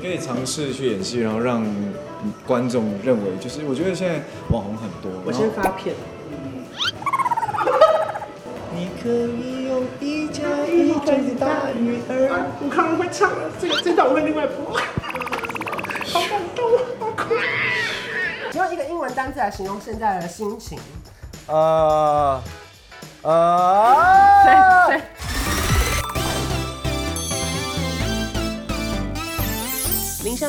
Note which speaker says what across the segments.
Speaker 1: 可以尝试去演戏，然后让观众认为，就是我觉得现在网红很多，
Speaker 2: 我
Speaker 1: 然后
Speaker 2: 先发片。
Speaker 1: 嗯你可以用一加一等于大于二。
Speaker 2: 啊，我看我会唱了，这个这段我会另外播。好感动，好酷。用一个英文单字来形容现在的心情。
Speaker 3: 呃呃，
Speaker 2: 对对。您现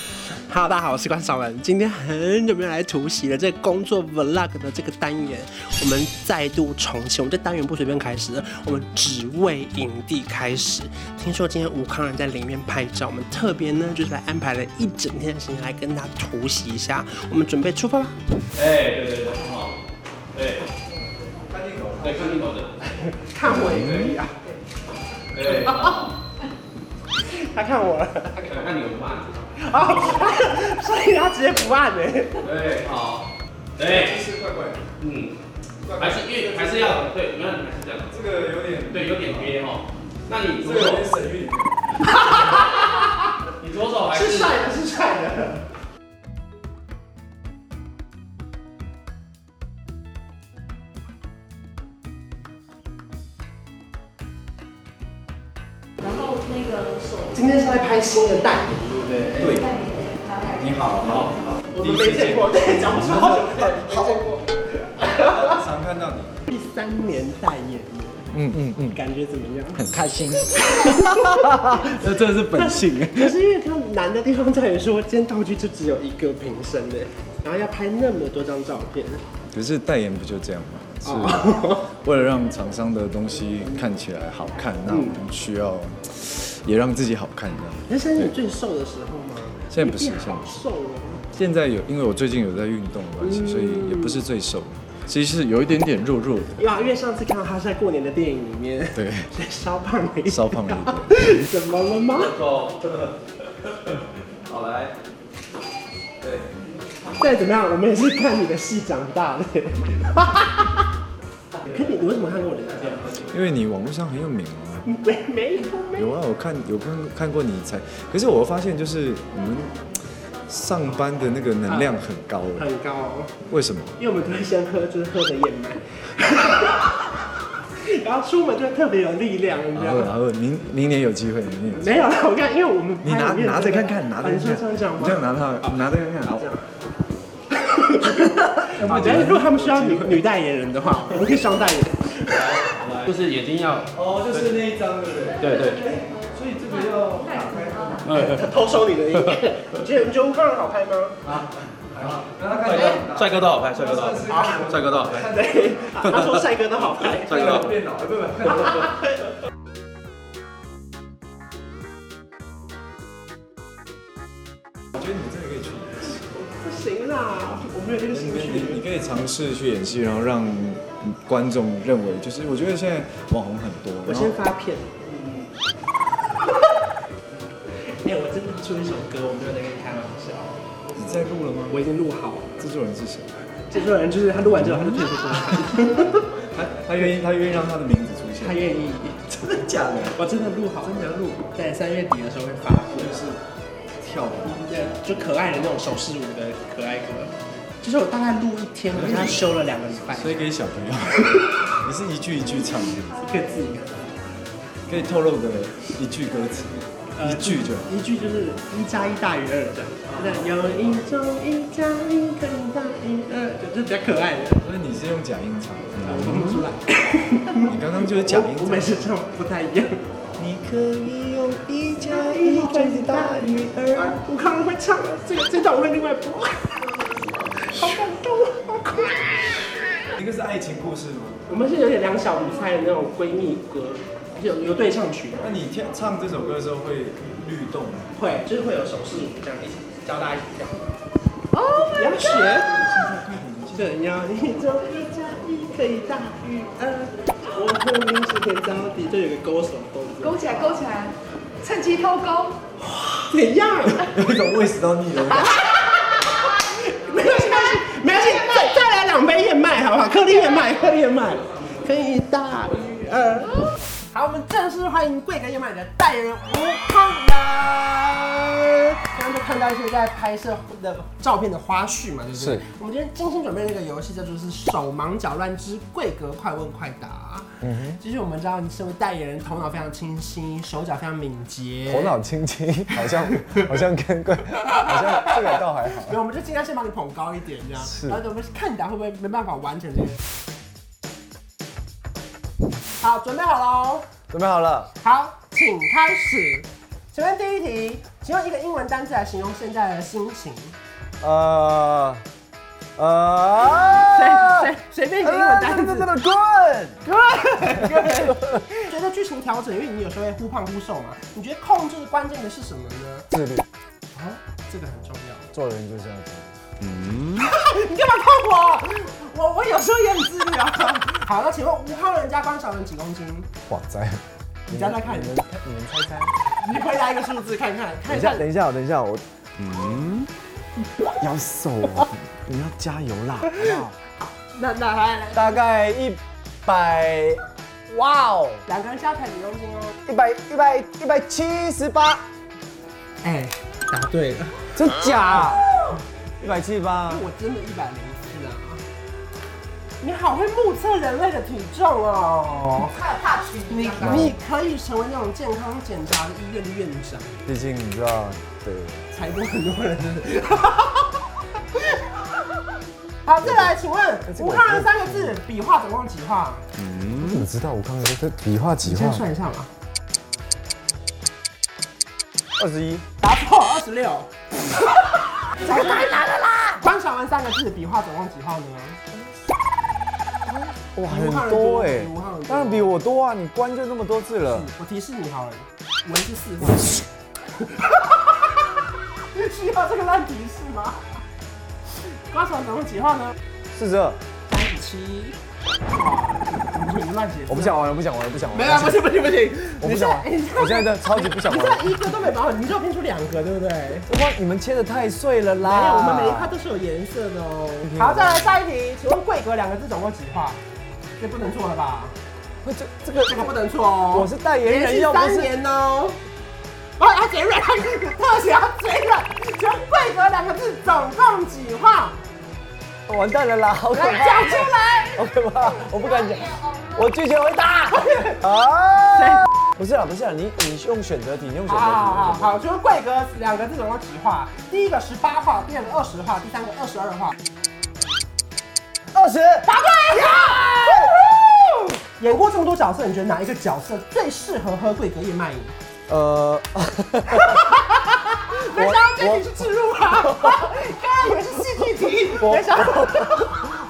Speaker 2: Hello，大家好，我是关少文。今天很久没有来突袭了，这个工作 vlog 的这个单元，我们再度重启。我们这单元不随便开始了，我们只为影帝开始。听说今天吴康仁在里面拍照，我们特别呢就是来安排了一整天的时间来跟他突袭一下。我们准备出发吧。
Speaker 4: 哎，对对对，很好，对，看镜头，对，看镜头的，
Speaker 2: 看我也可以啊，
Speaker 4: 对，
Speaker 2: 他看我了，
Speaker 4: 他可能看你有慢，
Speaker 2: 哦，所以他直接不按哎、
Speaker 4: 对，好，对，姿势怪怪，嗯，还是因为还是要对，没有还是这样，
Speaker 1: 这个有点，
Speaker 4: 对，有点憋哈。那
Speaker 1: 这
Speaker 4: 你左
Speaker 1: 个有
Speaker 4: 手
Speaker 1: 点，神韵。
Speaker 4: 你左手还
Speaker 2: 是
Speaker 4: 是
Speaker 2: 帅的，是帅的。
Speaker 5: 然后那个手
Speaker 2: 今天是在拍新的代言，对不对？
Speaker 1: 对，
Speaker 5: 在里面，大概
Speaker 1: 你好，你好，
Speaker 2: 我们没见过，对，讲不出好久没见过。
Speaker 1: 常看到你。
Speaker 2: 第三年代言人，
Speaker 1: 嗯嗯 嗯，
Speaker 2: 感觉怎么样？
Speaker 1: 很开心。 这真的是本性。
Speaker 2: 可是因为它难的地方在于说，今天道具就只有一个瓶身呢，然后要拍那么多张照片，
Speaker 1: 可是代言不就这样吗？是为了让厂商的东西看起来好看，那我们需要也让自己好看这样。
Speaker 2: 那现在是你最瘦的时候吗？
Speaker 1: 现在不是
Speaker 2: 你变好瘦哦。
Speaker 1: 现在有，因为我最近有在运动的关系，所以也不是最瘦，其实是有一点点弱弱的，
Speaker 2: 哇，因为上次看到他是在过年的电影里面，
Speaker 1: 对，
Speaker 2: 所以稍胖了一点。
Speaker 1: 稍胖了一点。
Speaker 2: 怎么了吗？
Speaker 4: 手，好来，对，
Speaker 2: 再怎么样，我们也是看你的戏长大 的。可你你为什么看过我的影片？
Speaker 1: 因为你网络上很有名啊，
Speaker 2: 没没有没有
Speaker 1: 有啊，我看有看看过你才，可是我发现就是我们上班的那个能量很高了，
Speaker 2: 很高、哦。
Speaker 1: 为什么？
Speaker 2: 因为我们都会先喝，就是喝的燕麦， 然后出门就会特别有力量，你知
Speaker 1: 然
Speaker 2: 道
Speaker 1: 后
Speaker 2: 吗？
Speaker 1: 然后明明年有机会，明年有机会
Speaker 2: 没有啦，我看，因为我们
Speaker 1: 你拿
Speaker 2: 拍影片
Speaker 1: 拿着看看，拿
Speaker 2: 啊
Speaker 1: 着
Speaker 2: 你
Speaker 1: 看
Speaker 2: 说
Speaker 1: 看，
Speaker 2: 这样讲吗？
Speaker 1: 你这样拿它，拿着看看，好
Speaker 2: 这，样。 我觉得如果他们需要女女代言人的话，我们可以双代言。
Speaker 4: 就是眼睛要，
Speaker 1: 哦，就是那一张，对不对？
Speaker 4: 对对，
Speaker 1: 所以这个要
Speaker 2: 偷收你的影 片，你觉得你觉得吴康仁好拍吗？
Speaker 1: 让他
Speaker 4: 帅哥，帅哥都好拍，帅哥都好
Speaker 1: 看
Speaker 4: 拍，帅哥都好拍。
Speaker 2: 对， 他说帅哥都好拍。
Speaker 4: 帅哥
Speaker 1: 电脑，不不。我觉得你真的可以去演戏，
Speaker 2: 不行啦，我没有这个兴
Speaker 1: 你你
Speaker 2: 趣。
Speaker 1: 你可以尝试去演戏，然后让观众认为，就是我觉得现在网红很多，
Speaker 2: 我
Speaker 1: 然后
Speaker 2: 先发片。 哎，我真的出一首歌，我没有在跟你开玩笑。
Speaker 1: 你在录了吗？
Speaker 2: 我已经录好了。
Speaker 1: 制作人是谁？
Speaker 2: 制作人就是他录完之后，他就退出公司，
Speaker 1: 他他愿意他愿意让他的名字出现
Speaker 2: 他，愿意。
Speaker 1: 真的假的？
Speaker 2: 我真的录好，真的录，在三月底的时候会发布，就是
Speaker 1: 跳舞
Speaker 2: 对，就可爱的那种手势舞的可爱歌。就是我大概录一天，可是他修了两个礼拜，
Speaker 1: 所以给小朋友， 你是一句一句唱的，
Speaker 2: 一个字一个字。
Speaker 1: 可以透露个一句歌词，一句就好。
Speaker 2: 呃一句就是一加一大于二这样。那有一种一加一等于大于二，这比较可爱的，啊
Speaker 1: 所以你是用假音唱
Speaker 2: 我
Speaker 1: 的，
Speaker 2: 弄不出来。
Speaker 1: 你刚刚就是假音
Speaker 2: 嗯我
Speaker 1: 唱
Speaker 2: 我。每次唱不太一样。
Speaker 1: 你可以用一加
Speaker 2: 一
Speaker 1: 一
Speaker 2: 等
Speaker 1: 等
Speaker 2: 于
Speaker 1: 于
Speaker 2: 大
Speaker 1: 大于二。
Speaker 2: 吴康仁会唱了，这个这段我会另外播。好感动，好可爱。
Speaker 1: 那个是爱情故事吗？
Speaker 2: 我们是有点两小无猜的那种闺蜜歌，有有对唱曲吗？
Speaker 1: 那你跳唱这首歌的时候会律动吗？
Speaker 2: 会，就是会有手势舞这样一起教大家一起跳。哦，你要学。对，你要一加一加一可以大于二。我和你今天到底就有个勾手动作。
Speaker 5: 勾起来，勾起来，趁机掏高。
Speaker 2: 怎样？
Speaker 1: 有一种胃食到腻 的味道。
Speaker 2: 没关系，没关系，没关系，再再来两杯燕麦，好不好？颗粒燕麦，颗粒燕麦，可以大于二。好，我们正式欢迎贵格燕麦的代言人吴康仁。刚刚就看到一些在拍摄的照片的花絮嘛，对不对？
Speaker 1: 是
Speaker 2: 我们今天精心准备那个游戏叫做是手忙脚乱之贵格快问快答。嗯哼，其实我们知道你身为代言人，头脑非常清晰，手脚非常敏捷。
Speaker 1: 头。脑清清，好像 好像跟贵，好像这个倒还好。
Speaker 2: 对，我们就尽量先把你捧高一点，这样。
Speaker 1: 是
Speaker 2: 然后我们看你俩会不会没办法完成这个。好，准备好喽。
Speaker 1: 准备好了，
Speaker 2: 好，请开始。请问第一题，请用一个英文单字来形容现在的心情。
Speaker 1: 呃
Speaker 2: 随
Speaker 1: 呃
Speaker 2: 随，随便一个英文单
Speaker 1: 真
Speaker 2: 字。
Speaker 1: 的滚！
Speaker 2: 对觉得剧情调整，因为你有时候会忽胖忽瘦嘛，你觉得控制关键的是什么呢？
Speaker 1: 自律，
Speaker 2: 哦，这个很重要。
Speaker 1: 做人就是要这样。
Speaker 2: 你干嘛看我？我我有时候也很自律啊。好，那请问吴康人家观赏人几公斤？
Speaker 1: 哇塞！
Speaker 2: 你再再看
Speaker 1: 你们
Speaker 2: 你们
Speaker 1: 你们猜猜？
Speaker 2: 你回答一个数字看看，看
Speaker 1: 等
Speaker 2: 一
Speaker 1: 一
Speaker 2: 下
Speaker 1: 下，等一下，等一下，我嗯，要瘦啊！你们要加油啦，好不好？
Speaker 2: 那那来来，
Speaker 1: 大概一百，哇哦，
Speaker 2: 两个人加起来几公斤哦？
Speaker 1: 一百一百一百七十八，
Speaker 2: 哎、答对了，
Speaker 1: 真假？ 一百七十八
Speaker 2: 因为，我真的一百零四啊！你好会目测人类的体重哦，
Speaker 5: 他有怕群
Speaker 2: 你你可以成为那种健康检查的医院的院长，
Speaker 1: 毕竟你知道，对，
Speaker 2: 裁过很多人。 好，再来，请问
Speaker 1: 这个
Speaker 2: 吴
Speaker 1: 我
Speaker 2: 康仁三个字，笔画总共几画？
Speaker 1: 你怎么知道我刚才这笔画几
Speaker 2: 你先算一下嘛。
Speaker 1: 二十一，
Speaker 2: 答错，二十六。太难了啦！观赏完三个字，笔画总共几号呢？
Speaker 1: 哇，
Speaker 2: 比武汉人
Speaker 1: 很多
Speaker 2: 多
Speaker 1: 哎
Speaker 2: 比武汉人，多
Speaker 1: 当然比我多啊，你关就那么多字了，
Speaker 2: 我提示你好了，文是四画。 需要这个烂提示吗？观赏总共几画呢？
Speaker 1: 四十二，
Speaker 2: 三十七。哇，你乱写字。
Speaker 1: 我不想玩了，不想玩了，不想玩
Speaker 2: 没有，
Speaker 1: 了，
Speaker 2: 不行不行不行，
Speaker 1: 我不想玩
Speaker 2: 你这，
Speaker 1: 我现在真的超级不想
Speaker 2: 你
Speaker 1: 玩了。
Speaker 2: 这一个都没把好，你就拼出两个，对不对？
Speaker 1: 哇，你们切的太碎了啦！
Speaker 2: 没有，我们每一画都是有颜色的哦。
Speaker 1: 嗯
Speaker 2: 好，再来下一题，请问“贵格”两个字总共几画？这不能错了吧？
Speaker 1: 不这这个
Speaker 2: 这个不能错哦。
Speaker 1: 我是代言
Speaker 2: 连
Speaker 1: 人，
Speaker 2: 续
Speaker 1: 又不
Speaker 2: 三
Speaker 1: 是
Speaker 2: 年哦。啊，他嘴软，他是特写，他嘴软。请问“贵格”两个字总共几画？
Speaker 1: 完蛋了啦！好可
Speaker 2: 来讲
Speaker 1: 怕，
Speaker 2: 出来。
Speaker 1: 好可怕，我不敢讲，我拒绝回答。啊！不是啦，不是啦，你你用选择题，你用选
Speaker 2: 好
Speaker 1: 择题
Speaker 2: 好好
Speaker 1: 用选择
Speaker 2: 好，请问“贵格”两个字总共几画？第一个十八画，第二个二十画，第三个二十二画。
Speaker 1: 题，二十，
Speaker 2: 答对了！演过这么多角色，你觉得哪一个角色最适合喝贵格燕麦饮？
Speaker 1: 呃，
Speaker 2: 没想到这题是植入啊！刚刚以为是戏剧题，没想到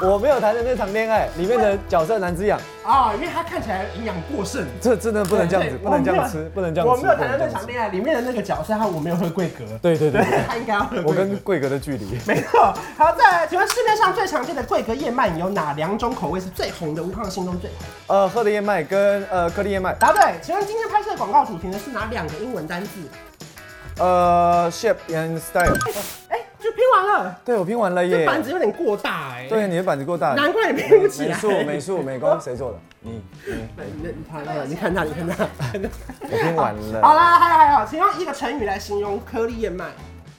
Speaker 1: 我没有谈的那场恋爱里面的角色男之养，
Speaker 2: 啊，因为他看起来营养过剩。
Speaker 1: 这真的不能这样子，
Speaker 2: 对
Speaker 1: 不能这样
Speaker 2: 我没
Speaker 1: 吃
Speaker 2: 有，
Speaker 1: 不能这样吃，
Speaker 2: 我没有
Speaker 1: 不
Speaker 2: 谈
Speaker 1: 能这
Speaker 2: 到那
Speaker 1: 样
Speaker 2: 场
Speaker 1: 吃。
Speaker 2: 恋爱里面的那个角色，他我没有喝贵格，
Speaker 1: 对对对，对
Speaker 2: 他应该要喝。
Speaker 1: 我跟贵格的距离，
Speaker 2: 没错。好，再来，请问市面上最常见的贵格燕麦饮有哪两种口味是最红的？吴康的心中最红。
Speaker 1: 呃，喝的燕麦跟呃颗粒燕麦，
Speaker 2: 答对。请问今天拍摄广告主题呢是哪两个英文单字？
Speaker 1: 呃，shape and style，
Speaker 2: 哎，就拼完了。
Speaker 1: 对我拼完了
Speaker 2: 这
Speaker 1: 耶。
Speaker 2: 板子有点过大哎、
Speaker 1: 对，你的板子够大，
Speaker 2: 难怪你拼不起
Speaker 1: 美
Speaker 2: 来。
Speaker 1: 术、美术、美工，谁做的？你，
Speaker 2: 对，你你看他，你看他，你看他。
Speaker 1: 我拼完
Speaker 2: 好
Speaker 1: 了。
Speaker 2: 啦，还有还有，请用一个成语来形容颗粒燕麦。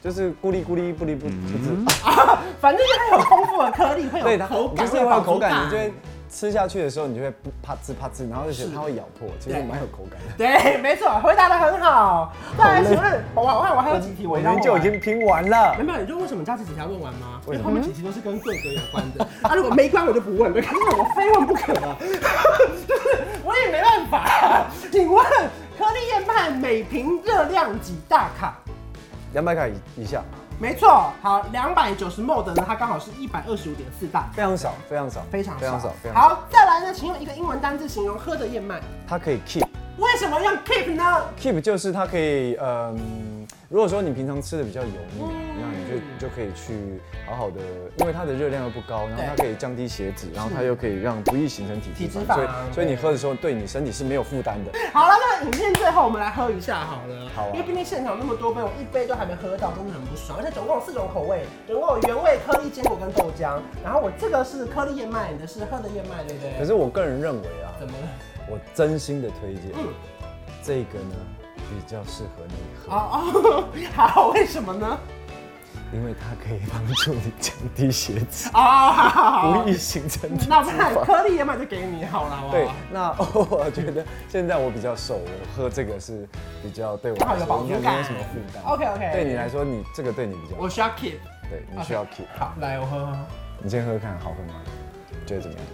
Speaker 1: 就是咕哩咕哩不哩不不知，
Speaker 2: 啊，反正就是它有丰富的颗粒，会
Speaker 1: 对
Speaker 2: 有
Speaker 1: 它
Speaker 2: 口
Speaker 1: 就
Speaker 2: 感，
Speaker 1: 是会有口
Speaker 2: 饱
Speaker 1: 感，
Speaker 2: 足
Speaker 1: 你就会吃下去的时候，你就会不啪吱啪吱，然后就觉得它会咬破，其实
Speaker 2: 对
Speaker 1: 蛮有口感的。
Speaker 2: 对，没错，回答的很好。再来，
Speaker 1: 好累
Speaker 2: 请问，我我我还有几题我
Speaker 1: 我
Speaker 2: 要问
Speaker 1: 们就已经拼完了
Speaker 2: 没。有，你知道为什么你知道这几题要问完吗？因
Speaker 1: 为
Speaker 2: 为
Speaker 1: 什么
Speaker 2: 后面几题都是跟贵格有关的。 啊，如果没关我就不问，没关我非问不可 啊！就是我也没办法、 请问，颗粒燕麦每瓶热量几大卡？
Speaker 1: 两百卡以以下，
Speaker 2: 没错，好，两百九十 ml 的呢，它刚好是一百二十五点四大，
Speaker 1: 非常少，非常少，
Speaker 2: 非常
Speaker 1: 非常少，非常少。
Speaker 2: 好，再来呢，请用一个英文单字形容喝的燕麦。
Speaker 1: 它可以 keep。
Speaker 2: 为什么用 keep 呢？
Speaker 1: keep 就是它可以，嗯，如果说你平常吃的比较油腻，你
Speaker 6: 那你就你就可以去好好的，因为它的热量又不高，然后它可以降低血脂，然后它又可以让不易形成体
Speaker 2: 体脂
Speaker 6: 脂
Speaker 2: 肪
Speaker 6: 肪，所以所以你喝的时候对你身体是没有负担的。
Speaker 2: 好了，那影片最后我们来喝一下好了。
Speaker 6: 好啊
Speaker 2: 因为毕竟现场那么多杯，我一杯都还没喝到，真的很不爽。而且总共有四种口味，总共有原味、颗粒坚果跟豆浆。然后我这个是颗粒燕麦，你的是喝的燕麦，对不对？
Speaker 6: 可是我个人认为啊，
Speaker 2: 怎么了？
Speaker 6: 我真心的推荐
Speaker 2: 嗯，
Speaker 6: 这个呢比较适合你喝，
Speaker 2: 哦哦，好，为什么呢？
Speaker 6: 因为它可以帮助你降低血脂，
Speaker 2: 哦，好好好
Speaker 6: 不。易形成体脂
Speaker 2: 那那
Speaker 6: 肪。
Speaker 2: 颗粒燕麦就给你好了，好不好
Speaker 6: 对，那 我觉得现在我比较瘦，我喝这个是比较对我
Speaker 2: 刚好
Speaker 6: 来
Speaker 2: 有
Speaker 6: 说
Speaker 2: 饱足
Speaker 6: 应该没有
Speaker 2: 感
Speaker 6: 什么负担。
Speaker 2: OK OK，
Speaker 6: 对你来说，你这个对你比较，
Speaker 2: 我需要 keep。
Speaker 6: 对你需要 keep。
Speaker 2: 好，来我喝喝喝，
Speaker 6: 你先喝喝看，好喝吗？觉得怎么样？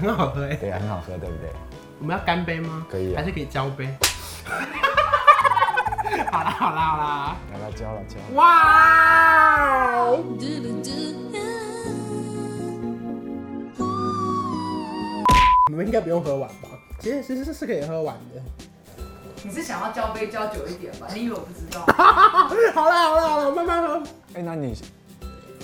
Speaker 2: 很好喝哎、
Speaker 6: 对啊，很好喝，对不对？
Speaker 2: 我们要干杯吗？
Speaker 6: 可以啊
Speaker 2: 还是可以交杯？好啦好啦好啦，
Speaker 6: 来吧，浇了浇。
Speaker 2: 哇哦！ 你们应该不用喝完吧？其实其实是是可以喝完的。
Speaker 5: 你是想要交杯交久一点吧？你以为我不知道？
Speaker 2: 啊好啦好啦好啦，慢慢喝。
Speaker 6: 哎，那你，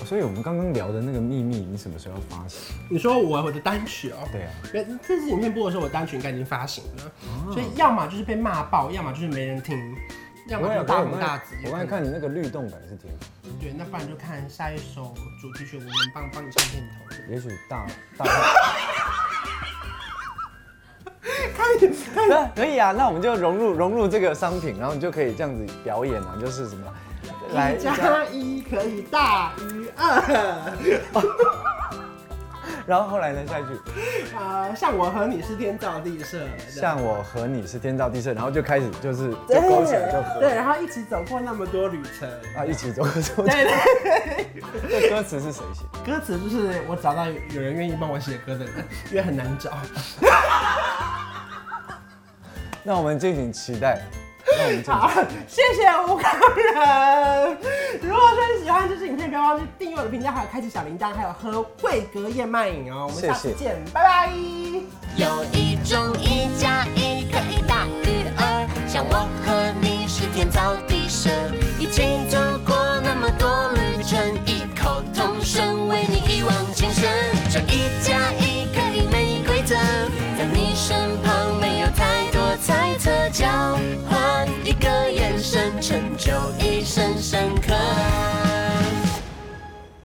Speaker 6: 所以我们刚刚聊的那个秘密，你什么时候要发行？
Speaker 2: 你说我我的单曲哦、
Speaker 6: 对啊，
Speaker 2: 因为这次影片播的时候，我单曲应该已经发行了，
Speaker 6: 哦
Speaker 2: 所以要么就是被骂爆，要么就是没人听，要么就是大红大紫。
Speaker 6: 我刚才看你那个律动感是挺好，
Speaker 2: 对，那不然就看下一首主题曲，我们帮帮你唱片头。
Speaker 6: 也许大 大。那可以啊，那我们就融入融入这个商品，然后你就可以这样子表演啊，就是什么，来
Speaker 2: 一加一可以大于二。
Speaker 6: 然后后来呢，下一句，
Speaker 2: 呃，像我和你是天造地设的，
Speaker 6: 像我和你是天造地设，然后就开始就是就勾起来就
Speaker 2: 对，
Speaker 6: 合
Speaker 2: 然后一起走过那么多旅 程。
Speaker 6: 啊，一起走走。
Speaker 2: 对对对，
Speaker 6: 这歌词是谁写？
Speaker 2: 歌词就是我找到有有人愿意帮我写歌的人，因为很难找。
Speaker 6: 那我们敬请期待。那我们敬请
Speaker 2: 好，谢谢吴康人。如果说你喜欢这支影片，不要忘记订阅我的频道，还有开启小铃铛，还有喝桂格燕麦饮哦。我们下次
Speaker 6: 谢谢
Speaker 2: 见，拜拜。